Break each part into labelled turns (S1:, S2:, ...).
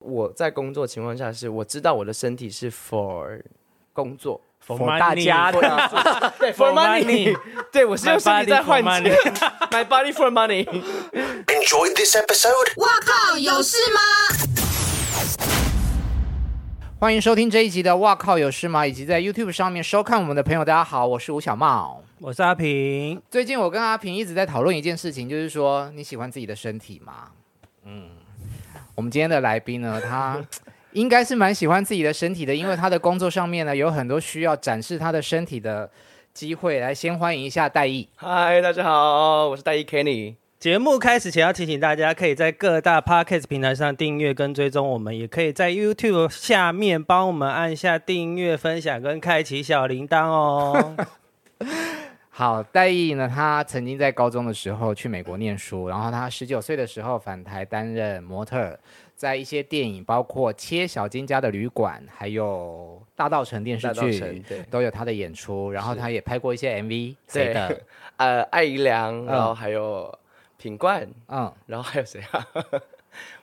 S1: 我在工作情况下是，我知道我的身体是 for 工作
S2: For
S1: for 大
S2: money
S1: 家的，对 for
S2: For
S1: money，
S2: money
S1: 对我是用
S2: My
S1: 身体在
S2: body for
S1: 换钱
S2: money
S1: ，my body for money。
S3: Enjoyed this episode?
S4: 哇靠，有事吗？
S5: 欢迎收听这一集的《哇靠有事吗》，以及在 YouTube 上面收看我们的朋友，大家好，我是吴小茂。
S2: 我是阿平，
S5: 最近我跟阿平一直在讨论一件事情，就是说你喜欢自己的身体吗？嗯，我们今天的来宾呢，他应该是蛮喜欢自己的身体的，因为他的工作上面呢有很多需要展示他的身体的机会。来，先欢迎一下戴毅。
S1: 嗨，大家好，我是大一 Kenny。
S2: 节目开始前要提醒大家，可以在各大 podcast 平台上订阅跟追踪我们，也可以在 YouTube 下面帮我们按下订阅、分享跟开启小铃铛哦。
S5: 好，戴毅呢，他曾经在高中的时候去美国念书，然后他十九岁的时候返台担任模特儿，在一些电影，包括《切小金家的旅馆》还有《大道城》电视
S1: 大道城
S5: 剧
S1: 对，
S5: 都有他的演出。然后他也拍过一些 MV，谁
S1: 对
S5: 的？
S1: 呃，艾怡良，然后还有品冠，
S5: 嗯，
S1: 然后还有谁啊？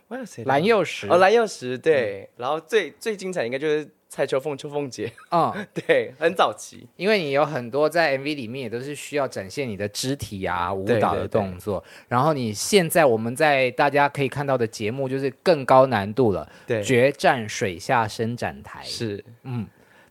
S1: 我还有谁？
S5: 蓝又时，
S1: 哦，蓝又时对，然后最最精彩应该就是蔡秋凤、秋凤姐，
S5: 嗯，
S1: 对，很早期。
S5: 因为你有很多在 MV 里面也都是需要展现你的肢体啊、舞
S1: 对
S5: 蹈
S1: 对
S5: 的
S1: 对
S5: 动作。然后你现在我们在大家可以看到的节目就是更高难度了，
S1: 对
S5: 决战水下伸展台。
S1: 是，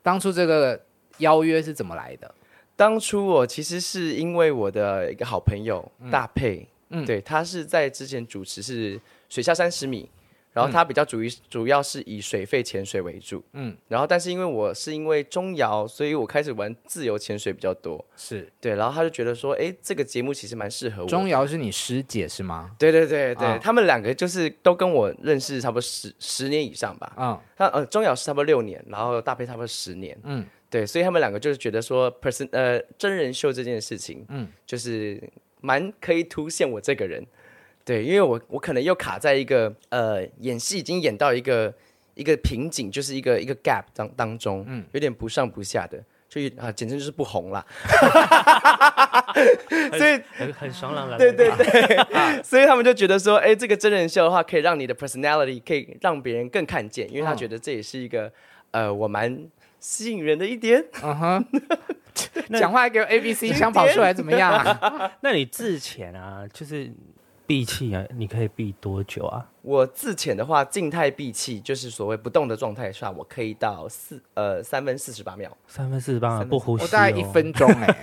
S5: 当初这个邀约是怎么来的？
S1: 当初我其实是因为我的一个好朋友大佩，
S5: 嗯
S1: 对他是在之前主持是水下三十米，然后他比较主一主要是以水肺潜水为主，
S5: 嗯
S1: 嗯，然后但是因为我是因为中摇，所以我开始玩自由潜水比较多，
S5: 是
S1: 对，然后他就觉得说，哎，这个节目其实蛮适合我的，
S5: 钟瑶是你师姐是吗？
S1: 对对对对，
S5: 啊
S1: 他们两个就是都跟我认识差不多十十年以上吧，
S5: 嗯，
S1: 他呃钟瑶是差不多六年，然后大佩差不多十年，
S5: 嗯
S1: 嗯，对，所以他们两个就是觉得说 person 呃真人秀这件事情，嗯，就是蛮可以凸显我这个人，对，因为我我可能又卡在一个呃演戏已经演到一个一个瓶颈，就是一个一个 gap 当当中，嗯，有点不上不下的。就有啊，简直就是不红啦， 所以
S2: 很很爽朗朗，
S1: 对对对，所以他们就觉得说，哎，这个真人秀的话，可以让你的 personality 可以让别人更看见，因为他觉得这也是一个、呃，我蛮吸引人的一点。
S5: 嗯 哼，讲话还给我 A B C 想跑出来怎么样 啊？
S2: 那你之前啊，就是闭气啊，你可以闭多久啊？
S1: 我自潜的话，静态闭气就是所谓不动的状态下，我可以到四呃三分四十八 秒。
S2: 三分四十八，
S1: 分
S2: 不呼吸、
S5: 我
S2: 哦，
S5: 大概一分钟哎、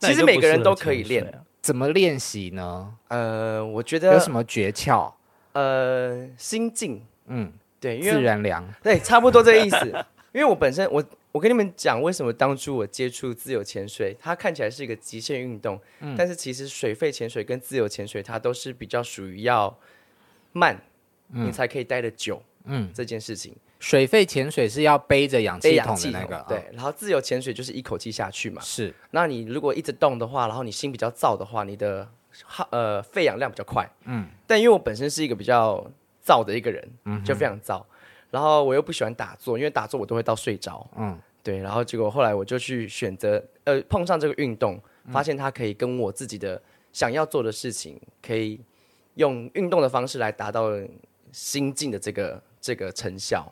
S2: 那
S1: 其
S2: 你就不适合潜水啊。啊
S1: 实每个人都可以练。
S5: 怎么练习呢？
S1: 呃，我觉得
S5: 有什么诀窍？
S1: 呃心境，
S5: 嗯，
S1: 对，因为
S5: 自然凉。
S1: 对，差不多这个意思。 因为我本身我我跟你们讲，为什么当初我接触自由潜水，它看起来是一个极限运动，
S5: 嗯
S1: 但是其实水肺潜水跟自由潜水，它都是比较属于要慢，你才可以待得久。
S5: 嗯
S1: 嗯，这件事情，
S5: 水肺潜水是要背着氧
S1: 背
S5: 气
S1: 氧
S5: 筒
S1: 气
S5: 的那
S1: 筒
S5: 个，啊
S1: 对，然后自由潜水就是一口气下去嘛。
S5: 是
S1: 那你如果一直动的话，然后你心比较燥的话，你的哈呃肺氧量比较快。嗯，但因为我本身是一个比较燥的一个人，
S5: 嗯
S1: 就非常燥。然后我又不喜欢打坐，因为打坐我都会到睡着。
S5: 嗯
S1: 嗯，对。然后结果后来我就去选择呃碰上这个运动，发现它可以跟我自己的想要做的事情，可以用运动的方式来达到心境的这个这个成效。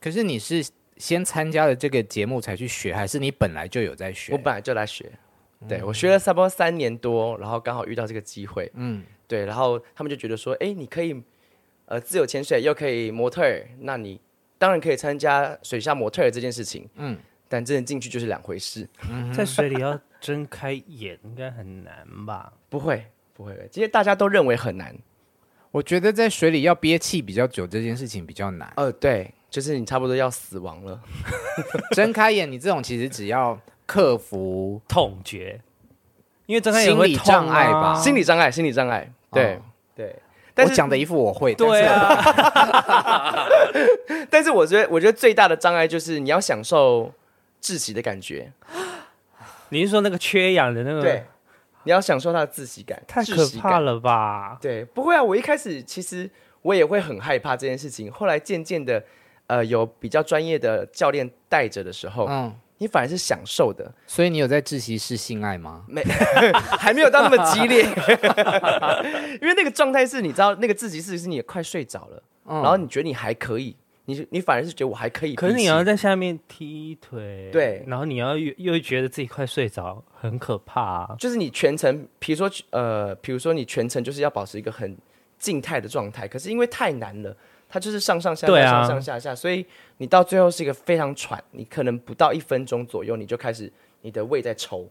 S5: 可是你是先参加了这个节目才去学，还是你本来就有在学？
S1: 我本来就来学，
S2: 嗯
S1: 对我学了差不多三年多，然后刚好遇到这个机会，嗯，对，然后他们就觉得说，哎，你可以呃自由潜水，又可以模特儿，那你当然可以参加水下模特儿这件事情，嗯，但真的进去就是两回事，
S2: 在水里要睁开眼，应该很难吧？
S1: 不会不会，其实大家都认为很难，
S5: 我觉得在水里要憋气比较久这件事情比较难。
S1: 呃，对，就是你差不多要死亡了，
S5: 睁开眼，你这种其实只要克服
S2: 痛觉，因为睁开眼会
S5: 心理
S2: 痛啊
S5: 障碍吧
S1: 心理障碍，心理障碍，对、
S5: 哦
S1: 对，但
S5: 我
S1: 是
S5: 讲的一副我会，
S2: 对啊，
S1: 但是我觉得我觉得最大的障碍就是你要享受窒息的感觉，
S2: 你是说那个缺氧的那个？
S1: 对，，你要享受它的窒息感，
S2: 太
S1: 窒
S2: 可
S1: 息
S2: 怕
S1: 感。
S2: 了吧？
S1: 对，不会啊，我一开始其实我也会很害怕这件事情，后来渐渐的，呃，有比较专业的教练带着的时候，
S5: 但是嗯，
S1: 你反而是享受的，
S5: 所以你有在窒息式性爱吗？
S1: 没还没有到那么激 烈，因为那个状态是你知道，那个自习室是你也快睡着了，
S5: 嗯
S1: 然后你觉得你还可以，你你反而是觉得我还可以比起，
S2: 可是你要在下面踢腿，
S1: 对
S2: 然后你要又又觉得自己快睡着，很可怕、啊。
S1: 就是你全程，比如说呃，比如说你全程就是要保持一个很静态的状态，可是因为太难了，它就是上上下
S2: 对
S1: 下、
S2: 啊
S1: 上上下下，所以你到最后是一个非常喘，你可能不到一分钟左右，你就开始你的胃在抽，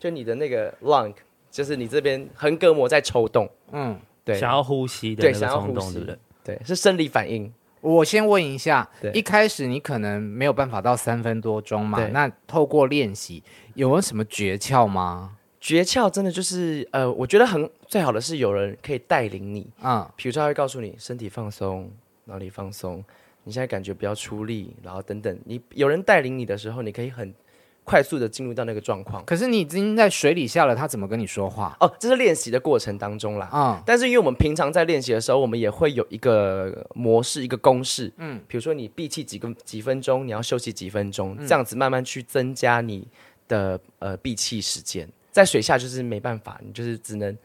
S1: 就你的那个 lung，就是你这边横膈膜在抽动，
S5: 嗯，
S1: 对，
S2: 想要呼吸的
S1: 对
S2: 那个
S1: 想要
S2: 冲
S1: 呼
S2: 动，
S1: 吸
S2: 对不对？
S1: 对是生理反应，
S5: 我先问一下
S1: 对，
S5: 一开始你可能没有办法到三分多钟嘛
S1: 对，
S5: 那透过练习有没有什么诀窍吗？
S1: 诀窍真的就是呃，我觉得很最好的是有人可以带领你，
S5: 嗯，
S1: 比如说他会告诉你身体放松，哪里放松，你现在感觉不要出力，然后等等，你有人带领你的时候，你可以很快速的进入到那个状况。
S5: 可是你已经在水里下了，他怎么跟你说话？
S1: 哦，这是练习的过程当中啦。
S5: 嗯，
S1: 但是因为我们平常在练习的时候，我们也会有一个模式、一个公式，嗯，比如说你闭气几个几分钟，你要休息几分钟，这样子慢慢去增加你的呃闭气时间。在水下就是没办法，你就是只能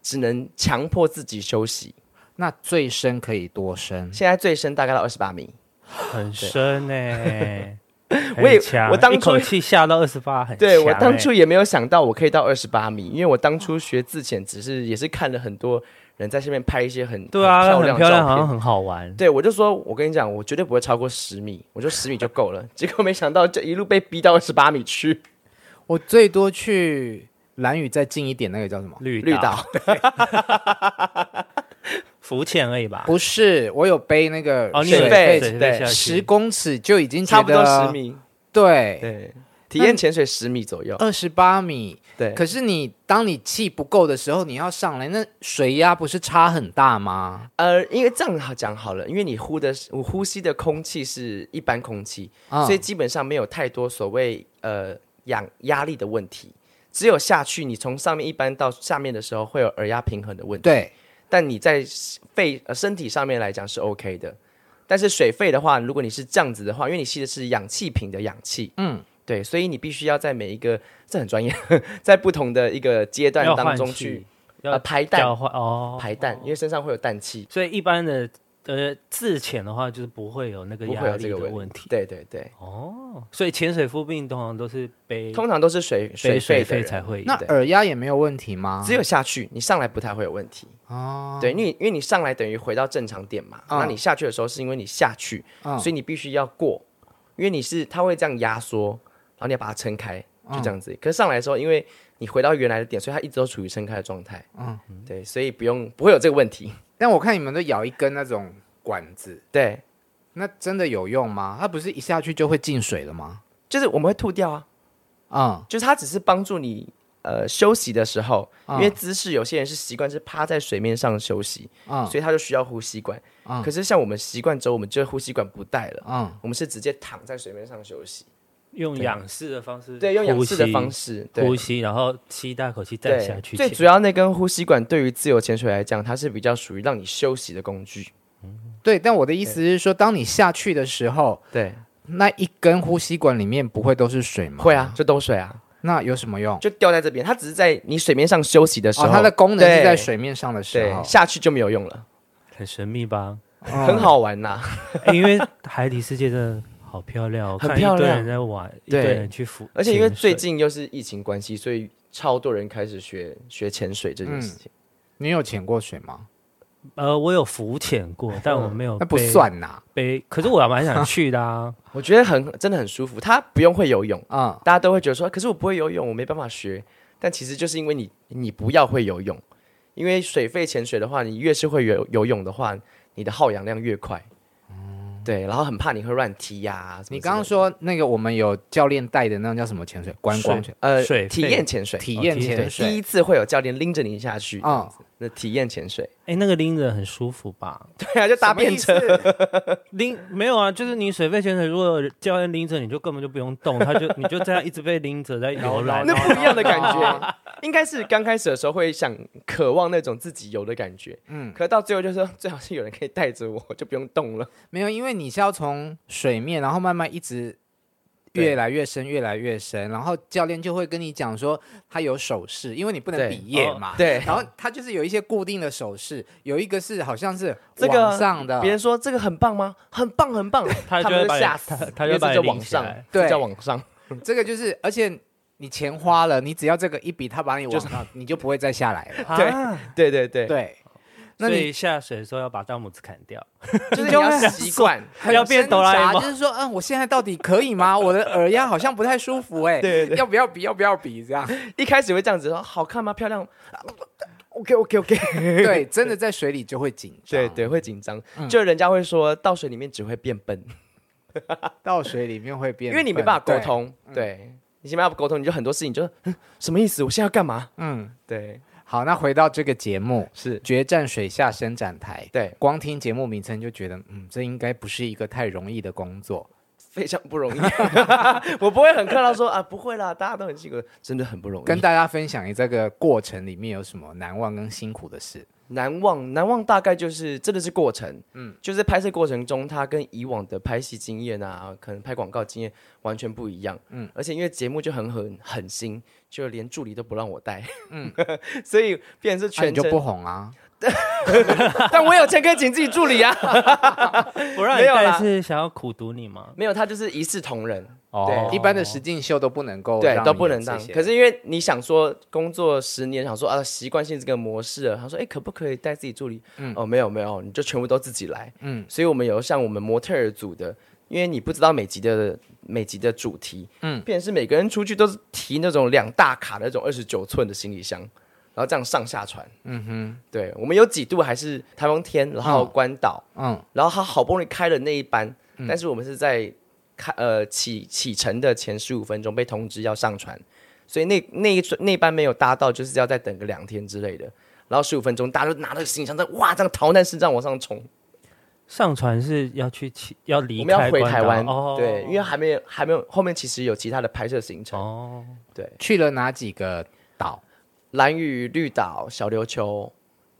S1: 只能强迫自己休息。
S5: 那最深可以多深？
S1: 现在最深大概到二十八米，
S2: 很深呢、
S1: 我也
S2: 很强
S1: 我当
S2: 一口
S1: 初
S2: 气下到二十八，很
S1: 对我
S2: 强
S1: 当
S2: 欸
S1: 初也没有想到我可以到二十八米，因为我当初学自潜只是也是看了很多人在下面拍一些很
S2: 对啊，
S1: 很
S2: 很
S1: 漂
S2: 漂
S1: 亮
S2: 亮，
S1: 的
S2: 好
S1: 照
S2: 像
S1: 片。
S2: 很好玩。
S1: 对，我就说，我跟你讲，我绝对不会超过十米，我就十米就够了。 结果没想到，这一路被逼到二十八米去
S5: 我最多去蓝屿再近一点，那个叫什么？
S2: 绿
S1: 绿岛，
S2: 浮潜而已吧？
S5: 不是，我有背那个
S2: 哦，你
S1: 水
S2: 有
S1: 费
S2: 水
S1: 对
S2: 下去
S5: 十公尺就已经觉
S1: 差不
S5: 得哎
S1: 多十，米。
S5: 对，
S1: 对，体
S5: 那
S1: 验
S5: 你
S1: 潜水十米左右。
S5: 二十八米。
S1: 对，
S5: 可是你当你气不够的时候，你要上来，那水压不是差很大吗？
S1: 呃，因为这样好讲好了，因为你呼的我呼吸的空气是一般空气，
S5: 啊
S1: 所以基本上没有太多所谓呃氧压力的问题。只有下去，你从上面一般到下面的时候会有耳压平衡的问题。，
S5: 对，
S1: 但你在肺呃身体上面来讲是 OK 的，但是水肺的话，如果你是这样子的话，因为你吸的是氧气瓶的氧气，
S5: 嗯，
S1: 对，所以你必须要在每一个这很专业， 在不同的一个阶段
S2: 要
S1: 当
S2: 换
S1: 中
S2: 气
S1: 去
S2: 要
S1: 呃排
S2: 交
S1: 氮
S2: 换哦，
S1: 排氮，因为身上会有氮气。
S2: 所以一般的呃自潜的话，就是不会有那个
S1: 不会
S2: 压
S1: 有
S2: 力
S1: 这
S2: 的
S1: 个
S2: 问题。
S1: 对对对，
S2: 哦，所以潜水夫病通常都是背
S1: 通常都是水
S2: 背
S1: 肺
S2: 水
S1: 的
S2: 费
S1: 人
S2: 才会有。
S5: 那
S1: 对
S5: 耳压也没有问题吗？
S1: 只有下去，你上来不太会有问题。
S5: 哦，
S1: 对，因为因为你上来等于回到正常点嘛，
S5: 嗯
S1: 那你下去的时候是因为你下去，
S5: 嗯
S1: 所以你必须要过，因为你是它会这样压缩，然后你要把它撑开，就
S5: 嗯
S1: 这样子。可是上来的时候，因为你回到原来的点，所以它一直都处于撑开的状态。嗯，对，所以不用不会有这个问题。
S5: 但我看你们都咬一根那种管子，
S1: 对，
S5: 那真的有用吗？它不是一下去就会进水了吗？
S1: 就是我们会吐掉啊，
S5: 嗯，
S1: 就是它只是帮助你呃休息的时候，因
S5: 嗯
S1: 为姿势有些人是习惯是趴在水面上休息，
S5: 嗯
S1: 所以他就需要呼吸管。
S5: 嗯
S1: 可是像我们习惯之后，我们就呼吸管不带了，
S5: 嗯
S1: 我们是直接躺在水面上休息。
S2: 用仰式的方式，
S1: 对，用仰视的方
S2: 式
S1: 式，对
S2: 呼吸，然后吸一大口气再
S1: 对
S2: 下去潜。
S1: 最主要那根呼吸管对于自由潜水来讲，它是比较属于让你休息的工具。
S5: 对。但我的意思是说，当你下去的时候，
S1: 对，
S5: 那一根呼吸管里面不会都是水吗？
S1: 会啊，，就兜水啊，
S5: 那有什么用？
S1: 就吊在这边，它只是在你水面上休息的时候，
S5: 哦，它的哦功能是
S1: 对
S5: 在水面上的时候
S1: 对，下去就没有用了，
S2: 很神秘 吧？
S1: 很好玩呐、
S2: 欸因为海底世界真的好漂亮，我
S1: 很
S2: 看一
S1: 漂
S2: 堆
S1: 亮
S2: 人在玩，一堆
S1: 对
S2: 人去浮，
S1: 而且因为
S2: 潜
S1: 最
S2: 水
S1: 近又是疫情关系，所以超多人开始学学潜水这件事情。
S5: 你有潜过水吗？
S2: 呃，我有浮潜过，但
S1: 嗯
S2: 我没有
S5: 那不
S2: 背
S5: 算呐。
S2: 背，可是我还蛮想去 的啊。
S1: 我觉得很真的很舒服，它不用会游泳，
S5: 嗯，
S1: 大家都会觉得说，可是我不会游泳，我没办法学。但其实就是因为你你不要会游泳，因为水肺潜水的话，你越是会游游泳的话，你的耗氧量越快。
S5: 嗯
S1: 对，然后很怕你会乱踢呀、什么之类的
S5: 你刚刚说那个我们有教练带的那种叫什么潜水？观光
S2: 水
S5: 潜
S1: 呃
S2: 水肺
S1: 体验潜水，
S5: 体验潜
S1: 第一
S5: 水。
S1: 次会有教练拎着你下去，
S5: 嗯，
S1: 那体验潜水，
S2: 哎、那个拎着很舒服吧？
S1: 对啊，就搭便车，
S2: 拎没有啊，就是你水肺潜水，如果有教练拎着你就根本就不用动， 他就你就这样一直被拎着在游览。
S1: 那不一样的感
S5: 哦
S1: 觉。应该是刚开始的时候会想渴望那种自己游的感觉，嗯，可到最后就是说最好是有人可以带着我，就不用动了。
S5: 没有，因为你是要从水面，然后慢慢一直
S1: 对
S5: 越来越深，越来越深，然后教练就会跟你讲说他有手势，因为你不能
S1: 对
S5: 比耶
S2: 哦
S5: 嘛，
S1: 对
S5: 然后他就是有一些固定的手势，有一个是好像是
S1: 这个
S5: 往上的，
S1: 别人说这个很棒吗？很棒，很棒，
S2: 啊 他就
S1: 们
S2: 会
S1: 都
S2: 把你
S1: 吓死
S2: 他，
S1: 因
S2: 他就
S1: 为
S2: 会
S1: 这
S2: 把你
S1: 叫
S2: 拎
S1: 往
S2: 起来
S1: 上，
S5: 对
S1: 这叫往上，
S5: 这个就是，而且你钱花了，你只要这个一笔，他把你往上，你就不会再下来了。
S1: 对
S2: 啊
S1: 对对对，
S5: 对，那
S2: 所以
S5: 你
S2: 下水的时候要把大拇指砍掉，
S1: 就是你 要习惯，
S5: 很
S2: 要变
S5: 挣
S2: 哆啦 A
S5: 扎
S2: 梦
S5: 就是说，嗯，我现在到底可以吗？我的耳压好像不太舒服、哎，
S1: 对对
S5: 要不要比？要不要比？这样，
S1: 一开始会这样子说好看吗？漂亮？OK 啊 OK OK，
S5: 对，真的在水里就会紧张，
S1: 对，对，会紧张，
S2: 嗯
S1: 就人家会说到水里面只会变笨，
S5: 到水里面会变，
S1: 因为你没办法沟，通，对。你先没办法沟通，你就很多事情就 嗯什么意思？我现在要干嘛？
S5: 嗯，
S1: 对，
S5: 好，那回到这个节目。
S1: 是，
S5: 决战水下伸展台，
S1: 对，
S5: 光听节目名称就觉得，嗯，这应该不是一个太容易的工作。
S1: 非常不容易。 我不会很看到说啊，不会啦，大家都很辛苦，真的很不容易。
S5: 跟大家分享一下这个过程里面有什么难忘跟辛苦的事。
S1: 难忘，难忘大概就是真的是过程，嗯，就是拍摄过程中，他跟以往的拍戏经验啊，可能拍广告经验完全不一样，嗯，而且因为节目就很很狠心，就连助理都不让我带，嗯， 所以变成是
S5: 那
S1: 全
S5: 你就
S1: 程，
S5: 不红啊？
S1: 但我有钱可以请自己助理啊，
S2: 不让你
S1: 没有
S2: 带
S1: 啦
S2: 是想要苦读你吗？
S1: 没有，他就是一视同仁，
S5: 对，一般的实境秀都不能够，
S1: 哦对，都不能
S5: 这
S1: 当
S5: 样。。
S1: 可是因为你想说工作十年，想说啊习惯性这个模式了，他说哎可不可以带自己助理？哦没有没有，你就全部都自己来。
S5: 嗯
S1: 嗯，所以我们有像我们模特儿组的，因为你不知道每集的每集的主题，
S5: 嗯
S1: 嗯，变成是每个人出去都是提那种两大卡的那种二十九寸的行李箱。然后这样上下船，嗯哼，对我们有几度还是台风天，然后
S5: 嗯
S1: 关岛，
S5: 嗯，
S1: 然后他好不容易开了那一班，但是我们是在开呃启启程的前十五分钟被通知要上船，所以那那一那班没有搭到，就是要再等个两天之类的。然后十五分钟，大家就拿着行李箱在哇，这样逃难式这样往上冲。
S2: 上船是要去起要离
S1: 我们要
S2: 开
S1: 回
S2: 关岛
S1: 台湾，
S2: 哦，
S1: 对，因为还没有还没有后面其实有其他的拍摄行程，
S2: 哦，
S1: 对，
S5: 去了哪几个岛？
S1: 蓝屿、绿岛、小琉球、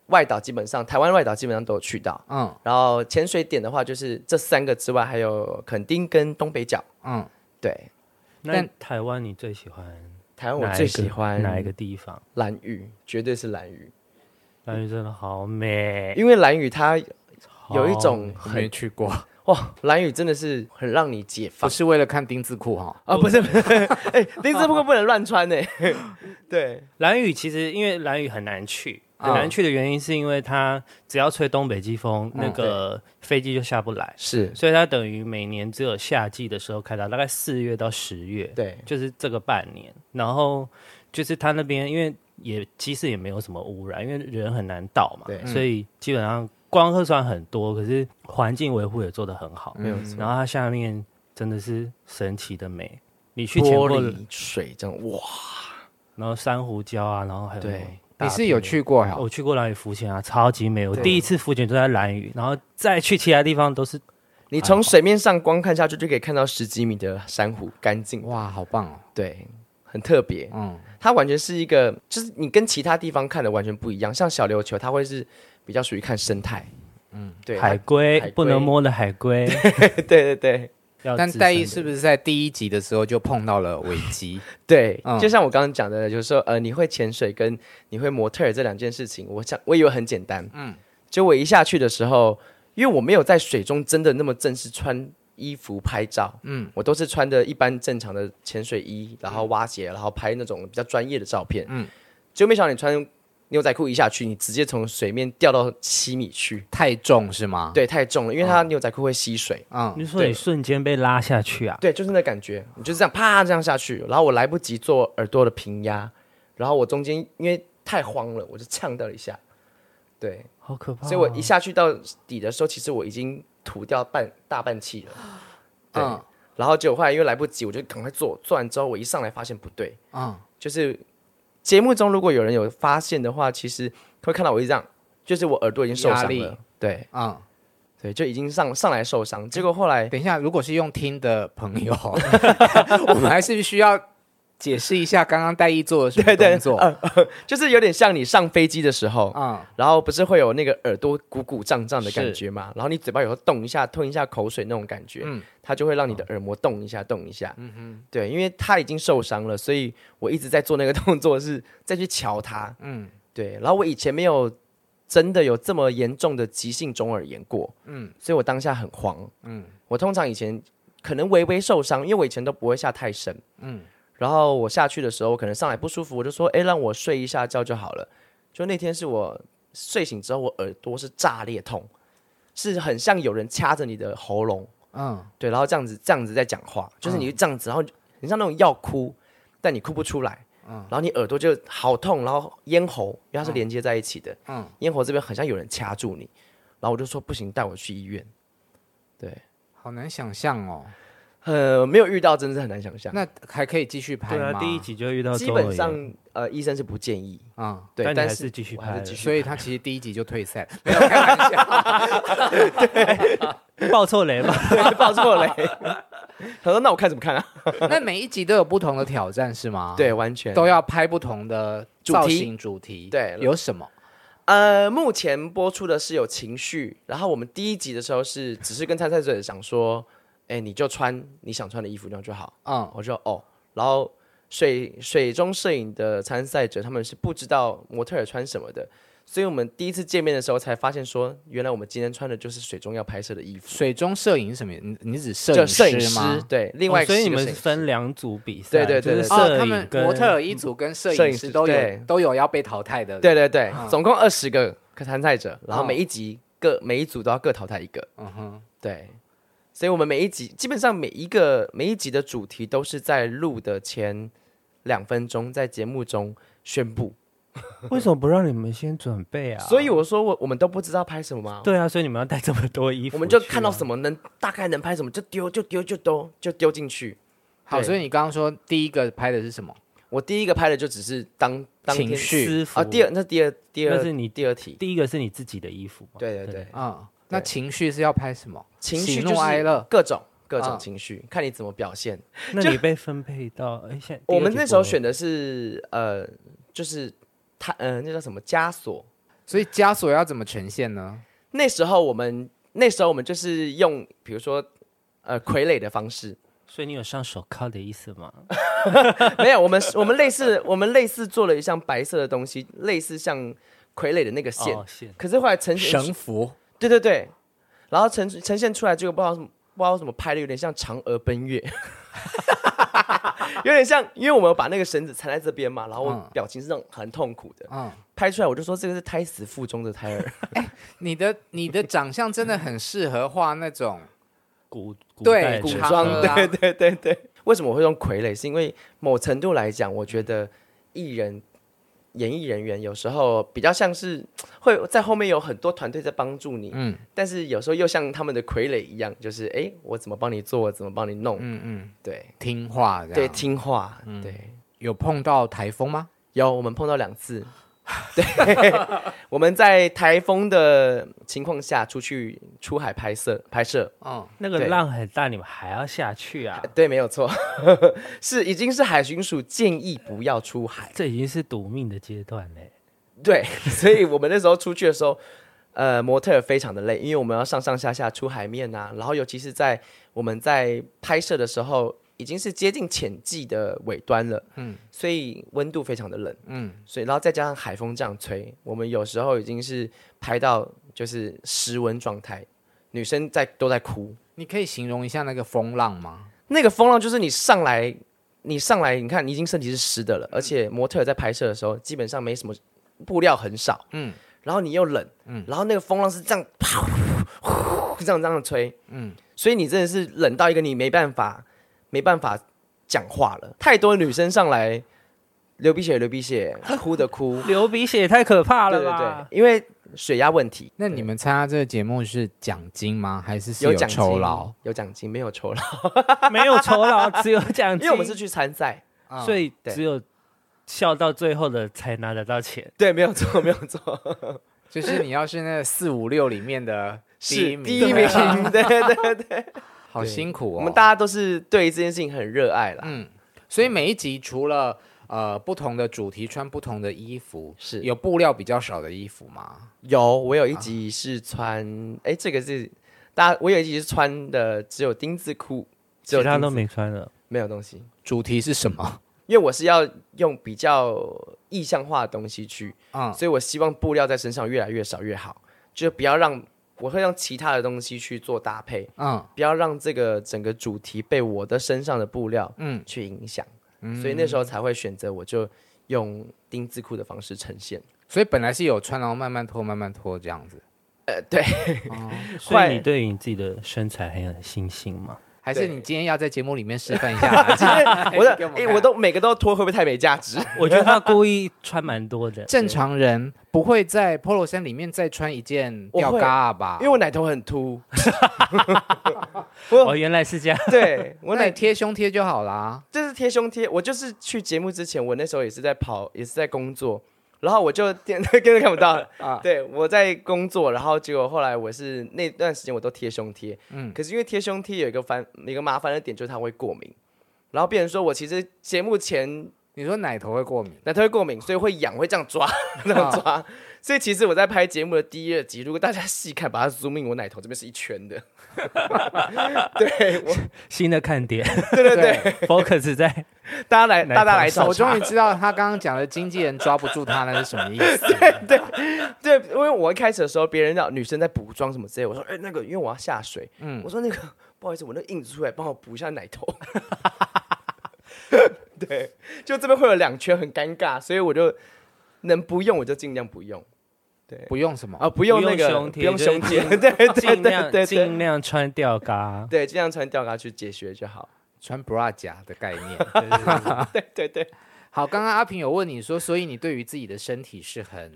S1: 外岛基本上台湾外岛基本上都有去到。
S5: 嗯
S1: 然后潜水点的话，就是这三个之外，还有垦丁跟东北角。
S5: 嗯，
S1: 对，
S2: 那
S5: 但
S2: 台湾你最喜欢
S1: 台湾
S2: 哪
S1: 我
S2: 一
S1: 最喜
S2: 个
S1: 欢
S2: 哪一个地方？
S1: 蓝屿，绝对是蓝屿，
S2: 蓝屿真的好美，
S1: 因为蓝屿它有一种
S5: 我没
S1: 很
S5: 去过，
S1: 哇，蓝屿真的是很让你解
S5: 不
S1: 放
S5: 是为了看丁字裤哈。
S1: 啊！不是，不 是哎，丁字裤不能乱穿呢。 对，
S2: 蓝屿其实因为蓝屿很难去，
S5: 啊
S2: 很难去的原因是因为它只要吹东北季风，
S1: 嗯
S2: 那个飞机就下不来，
S1: 是，
S2: 所以它等于每年只有夏季的时候开到大概四月到十月，
S1: 对，
S2: 就是这个半年。然后就是它那边因为也其实也没有什么污染，因为人很难到嘛
S1: 对，
S2: 所以基本上观光客虽然很多，可是环境维护也做得很好，
S1: 没有错。
S2: 然后它下面真的是神奇的美，你去潜
S1: 玻
S2: 过，
S1: 璃水这样哇，
S2: 然后珊瑚礁啊，然后还有
S1: 对
S2: 那种大
S5: 你是有去过哈？
S2: 我去过蓝屿浮潜啊，超级美！我第一次浮潜就在蓝屿，然后再去其他地方都是
S1: 你从水面上光看下去就可以看到十几米的珊瑚，干净，
S5: 哇，好棒哦！
S1: 对，很特别。
S5: 嗯，
S1: 它完全是一个，就是你跟其他地方看的完全不一样。像小琉球，它会是比较属于看生态，嗯，对，
S2: 海
S1: 它
S2: 龟
S1: 海龟，
S2: 不能摸的海龟。
S1: 对对对。
S2: 要
S5: 但
S2: 呃自身
S5: 戴毅
S2: 的
S5: 是不是在第一集的时候就碰到了危机？
S1: 对，
S5: 嗯
S1: 就像我刚刚讲的，就是说，呃，你会潜水跟你会模特儿这两件事情，我想我以为很简单，嗯，就我一下去的时候，因为我没有在水中真的那么正式穿衣服拍照，嗯，我都是穿的一般正常的潜水衣，然后蛙鞋，然后拍那种比较专业的照片，嗯，就没想到你穿牛仔裤一下去，你直接从水面掉到七米去，
S5: 太重是吗？，
S1: 对，太重了，因为它牛仔裤会吸水。
S5: 嗯，
S2: 你说你
S1: 对
S2: 瞬间被拉下去啊？
S1: 对，就是那感觉，你就是这样啪这样下去，然后我来不及做耳朵的平压，然后我中间因为太慌了，我就呛到了一下，对，
S2: 好可怕哦！
S1: 所以我一下去到底的时候，其实我已经吐掉半大半气了，对，
S5: 嗯
S1: 然后结果后来因为来不及，我就赶快做，做完之后我一上来发现不对，
S5: 嗯，
S1: 就是节目中如果有人有发现的话，其实会看到我一直这样，就是我耳朵已经受
S5: 压
S1: 伤
S5: 力
S1: 了，对
S5: 嗯，
S1: 对，就已经上上来受伤，结果后来
S5: 等一下，如果是用听的朋友，我们还是需要解释一下刚刚戴毅做的什么
S1: 对对
S5: 动作？
S1: 就是有点像你上飞机的时候，
S5: 嗯，
S1: 然后不是会有那个耳朵鼓鼓胀胀的感觉嘛？然后你嘴巴有时候动一下，吞一下口水那种感觉，
S5: 嗯
S1: 它就会让你的耳膜动一下，动一下。嗯哼，对，因为它已经受伤了，所以我一直在做那个动作，是再去瞧它。嗯
S5: 嗯，
S1: 对。然后我以前没有真的有这么严重的急性中耳炎过，嗯
S5: 嗯，
S1: 所以我当下很慌。嗯
S5: 嗯，
S1: 我通常以前可能微微受伤，因为我以前都不会下太深。嗯
S5: 嗯，
S1: 然后我下去的时候，可能上来不舒服，我就说：“哎，让我睡一下觉就好了。”就那天是我睡醒之后，我耳朵是炸裂痛，是很像有人掐着你的喉咙，
S5: 嗯，
S1: 对，然后这样子这样子在讲话，就是你就这样子，然后你像那种要哭，但你哭不出来，
S5: 嗯
S1: 然后你耳朵就好痛，然后咽喉，因为它是连接在一起的，
S5: 嗯
S1: 咽喉这边很像有人掐住你，然后我就说不行，带我去医院。对，
S5: 好难想象哦。
S1: 呃，没有遇到，真是很难想象。
S5: 那还可以继续拍
S2: 对
S5: 吗？
S2: 啊，第一集就遇到
S1: 基
S2: 周
S1: 本
S2: 伟了
S1: 上，呃，医生是不建议，
S5: 嗯，
S1: 对，
S2: 但
S1: 但
S2: 你还是继续
S1: 我还
S2: 拍
S1: 是继
S2: 了
S1: 续
S5: 所以他其实第一集就退赛，没有开玩笑。
S2: 爆错雷吧？
S1: 对，报错了。他说：“那我看怎么看 啊
S5: 那每一集都有不同的挑战是吗？？”，
S1: 对，完全
S2: 啊
S5: 都要拍不同的
S1: 主题
S5: 造型主题。
S1: 对
S5: 有什么？
S1: 呃，目前播出的是有情绪，然后我们第一集的时候是只是跟参赛者讲说，哎，你就穿你想穿的衣服这样就好。
S5: 嗯
S1: 我说哦，然后水水中摄影的参赛者他们是不知道模特儿穿什么的，所以我们第一次见面的时候才发现说，原来我们今天穿的就是水中要拍摄的衣服，
S5: 水中摄影是什么？你你指摄
S1: 就
S5: 影
S1: 摄影师
S5: 吗？
S1: 对， 另外、
S2: 哦所以你们是分两组比赛，
S1: 对对对
S2: 就
S1: 对
S2: 是
S1: 对
S5: 哦，
S2: 摄
S5: 他
S2: 影
S5: 们
S2: 跟
S5: 模特儿一组跟摄
S1: 摄
S5: 影
S1: 影
S5: 师
S1: 师
S5: 都
S1: 对
S5: 有都有要被淘汰的。，
S1: 对对
S2: 啊
S1: 对，总共二十个参赛者，然后每一集各每一组都要各淘汰一个。
S5: 嗯哼，
S1: 对，所以我们每一集基本上每一个每一集的主题都是在录的前两分钟在节目中宣布，
S2: 为什么不让你们先准备啊？
S1: 所以我说我我们都不知道拍什么嘛，
S2: 对啊，所以你们要带这么多衣服去啊，
S1: 我们就看到什么能大概能拍什么就丢就丢就丢就丢进去。
S5: 好，
S1: 对
S5: 所以你刚刚说第一个拍的是什么？
S1: 我第一个拍的就只是当当天
S5: 情绪
S2: 私服
S1: 啊，第二那第二第
S2: 那
S1: 二
S2: 是你
S1: 第二题，
S2: 第一个是你自己的衣服嘛？
S1: 对对对，
S5: 嗯，那情绪是要拍什么？
S1: 情
S5: 喜
S1: 绪就
S5: 怒哀
S1: 是
S5: 乐。
S1: 各种各种
S5: 啊
S1: 情绪，看你怎么表现。
S2: 那
S1: 就
S2: 你被分配到哎，现在
S1: 我们
S2: 第二
S1: 那
S2: 集
S1: 时候
S2: 播了
S1: 选的是呃，就是他呃，那叫什么枷锁。
S5: 所以枷锁要怎么呈现呢？
S1: 那时候我们那时候我们就是用比如说呃傀儡的方式，
S2: 所以你有上手铐的意思吗？
S1: 啊没有我们我们类似我们类似做了一项白色的东西，类似像傀儡的那个线，
S2: 哦线
S1: 可是后来呈现
S5: 绳符。
S1: 对对对，然后呈呈现出来这个不知道什么不知道怎么拍的有点像嫦娥奔月。 有点像，因为我们把那个绳子缠在这边嘛，然后我
S5: 嗯
S1: 表情是那种很痛苦的，
S5: 嗯，
S1: 拍出来我就说这个是胎死腹中的胎儿。
S5: 你的你的长相真的很适合画那种
S2: 古古
S5: 对
S2: 代的
S5: 古
S1: 古
S5: 长
S1: 装，
S5: 河 啊
S1: 对对对对。为什么我会用傀儡？是因为某程度来讲，我觉得艺人、演艺人员有时候比较像是会在后面有很多团队在帮助你，
S5: 嗯
S1: 但是有时候又像他们的傀儡一样，就是哎，诶我怎么帮你做，我怎么帮你弄，
S5: 嗯嗯
S1: 对
S5: 听话这样。嗯
S1: 对，听话，对。
S5: 有碰到台风吗？
S1: 有，我们碰到两次。 对，我们在台风的情况下出去出海拍摄拍摄，
S5: 嗯，
S2: 那个
S1: 对
S2: 浪很大，你们还要下去啊？
S1: 对，没有错， 是已经是海巡署建议不要出海。
S2: 这已经是赌命的阶段嘞。，
S1: 对，所以我们那时候出去的时候，呃，模特儿非常的累，因为我们要上上下下出海面呐、然后尤其是在我们在拍摄的时候，已经是接近浅季的尾端了，嗯
S5: 嗯，
S1: 所以温度非常的冷，嗯
S5: 嗯，
S1: 所以然后再加上海风这样吹，我们有时候已经是拍到就是失温状态，女生在都在哭，
S5: 你可以形容一下那个风浪吗？
S1: 那个风浪就是你上来，你上来，你看你已经身体是湿的了，而且模特儿在拍摄的时候基本上没什么布料很少，嗯
S5: 嗯，
S1: 然后你又冷，嗯，然后那个风浪是这样，啪呼呼这样这样吹，嗯，所以你真的是冷到一个你没办法没办法讲话了，太多女生上来流鼻血流鼻 血，哭的哭
S2: 流鼻血也太可怕
S1: 对
S2: 了
S1: 对对
S2: 吧，？
S1: 因为水压问题，
S5: 那你们参加这个节目是奖金吗？还是是
S1: 有奖金
S5: 酬劳？，
S1: 有奖金没有酬 劳，
S2: 没有酬劳，只有奖
S1: 因
S2: 金。
S1: 为我们是去参赛，
S5: 嗯
S2: 所以
S1: 对
S2: 只有笑到最后的才拿得到钱。
S1: 对，没有错，没有错。
S5: 就是你要是那四五六里面的第
S1: 是
S5: 一名，
S1: 第一名，对对对对，
S5: 好辛苦哦。
S1: 我们大家都是对这件事情很热爱啦。
S5: 嗯，所以每一集除了呃不同的主题穿不同的衣服，
S1: 是
S5: 有布料比较少的衣服吗？
S1: 有，我有一集是穿，哎、这个是大家，我有一集是穿的只有丁字裤，只有
S2: 其他
S1: 丁
S2: 都
S1: 字
S2: 没穿了。
S1: 没有东西，
S5: 主题是什么？
S1: 因为我是要用比较意象化的东西去，
S5: 嗯
S1: 所以我希望布料在身上越来越少越好，就不要让我会让其他的东西去做搭配，
S5: 嗯，
S1: 不要让这个整个主题被我的身上的布料
S5: 嗯
S1: 嗯去影响，所以那时候才会选择我就用丁字裤的方式呈现。
S5: 所以本来是有穿，然后慢慢脱，慢慢脱这样子，
S1: 呃，对，
S2: 所
S1: 快
S2: 以你对于你自己的身材很有信心吗？
S5: 还是
S1: 对
S5: 你今天要在节目里面示范一下 啊？
S1: 我的
S5: 给我们
S1: 哎、
S5: 看
S1: 我都每个都脱，会不会太没价值？
S2: 我觉得他故意穿蛮多的。
S5: 正常人不会在 polo 衫里面再穿一件
S1: 我会
S5: 吊嘎啊吧？
S1: 因为我奶头很 凸，
S2: 哦，原来是这样。
S1: 对我
S5: 我奶
S1: 奶
S5: 贴胸贴就好啦。
S1: 就是贴胸贴，我就是去节目之前，我那时候也是在跑，也是在工作，然后我就电 根本看不到啊。对，我在工作，然后结果后来我是那段时间我都贴胸贴，嗯，可是因为贴胸贴有一个烦有一个麻烦的点就是它会过敏，然后变成说我其实节目前
S5: 你说奶头会过敏，
S1: 奶头会过敏，所以会痒，会这样抓 这样抓，所以其实我在拍节目的第一二集，如果大家细看把它 zoom in，我奶头这边是一圈的， 对我
S2: 新的 看点
S1: 对对对，
S5: 对，
S2: ，focus 在
S1: 大家来
S2: 奶
S1: 大
S2: 头
S1: 家来
S2: 上
S1: 找
S5: 我终
S1: 查
S5: 于知道他刚刚讲的经纪人抓不住他那是什么意思。
S1: 对，因为我一开始的时候，别人让女生在补妆什么之类，我说，哎、那个，因为我要下水，嗯，我说那个，不好意思，我那个印子出来，帮我补一下奶头。 对，就这边会有两圈，很尴尬，所以我就能不用我就尽量不用
S5: 不用什么，
S1: 啊，不用那
S2: 不
S1: 个
S2: 用胸贴
S1: 不用胸贴，
S2: 就是
S1: 对对对
S2: 尽量
S1: 对对
S2: 尽量穿吊嘎。
S1: 对，尽量穿吊嘎去解决就好。
S5: 穿 bra 夹的概念。
S1: 对对对，
S5: 好，刚刚阿平有问你说，所以你对于自己的身体是很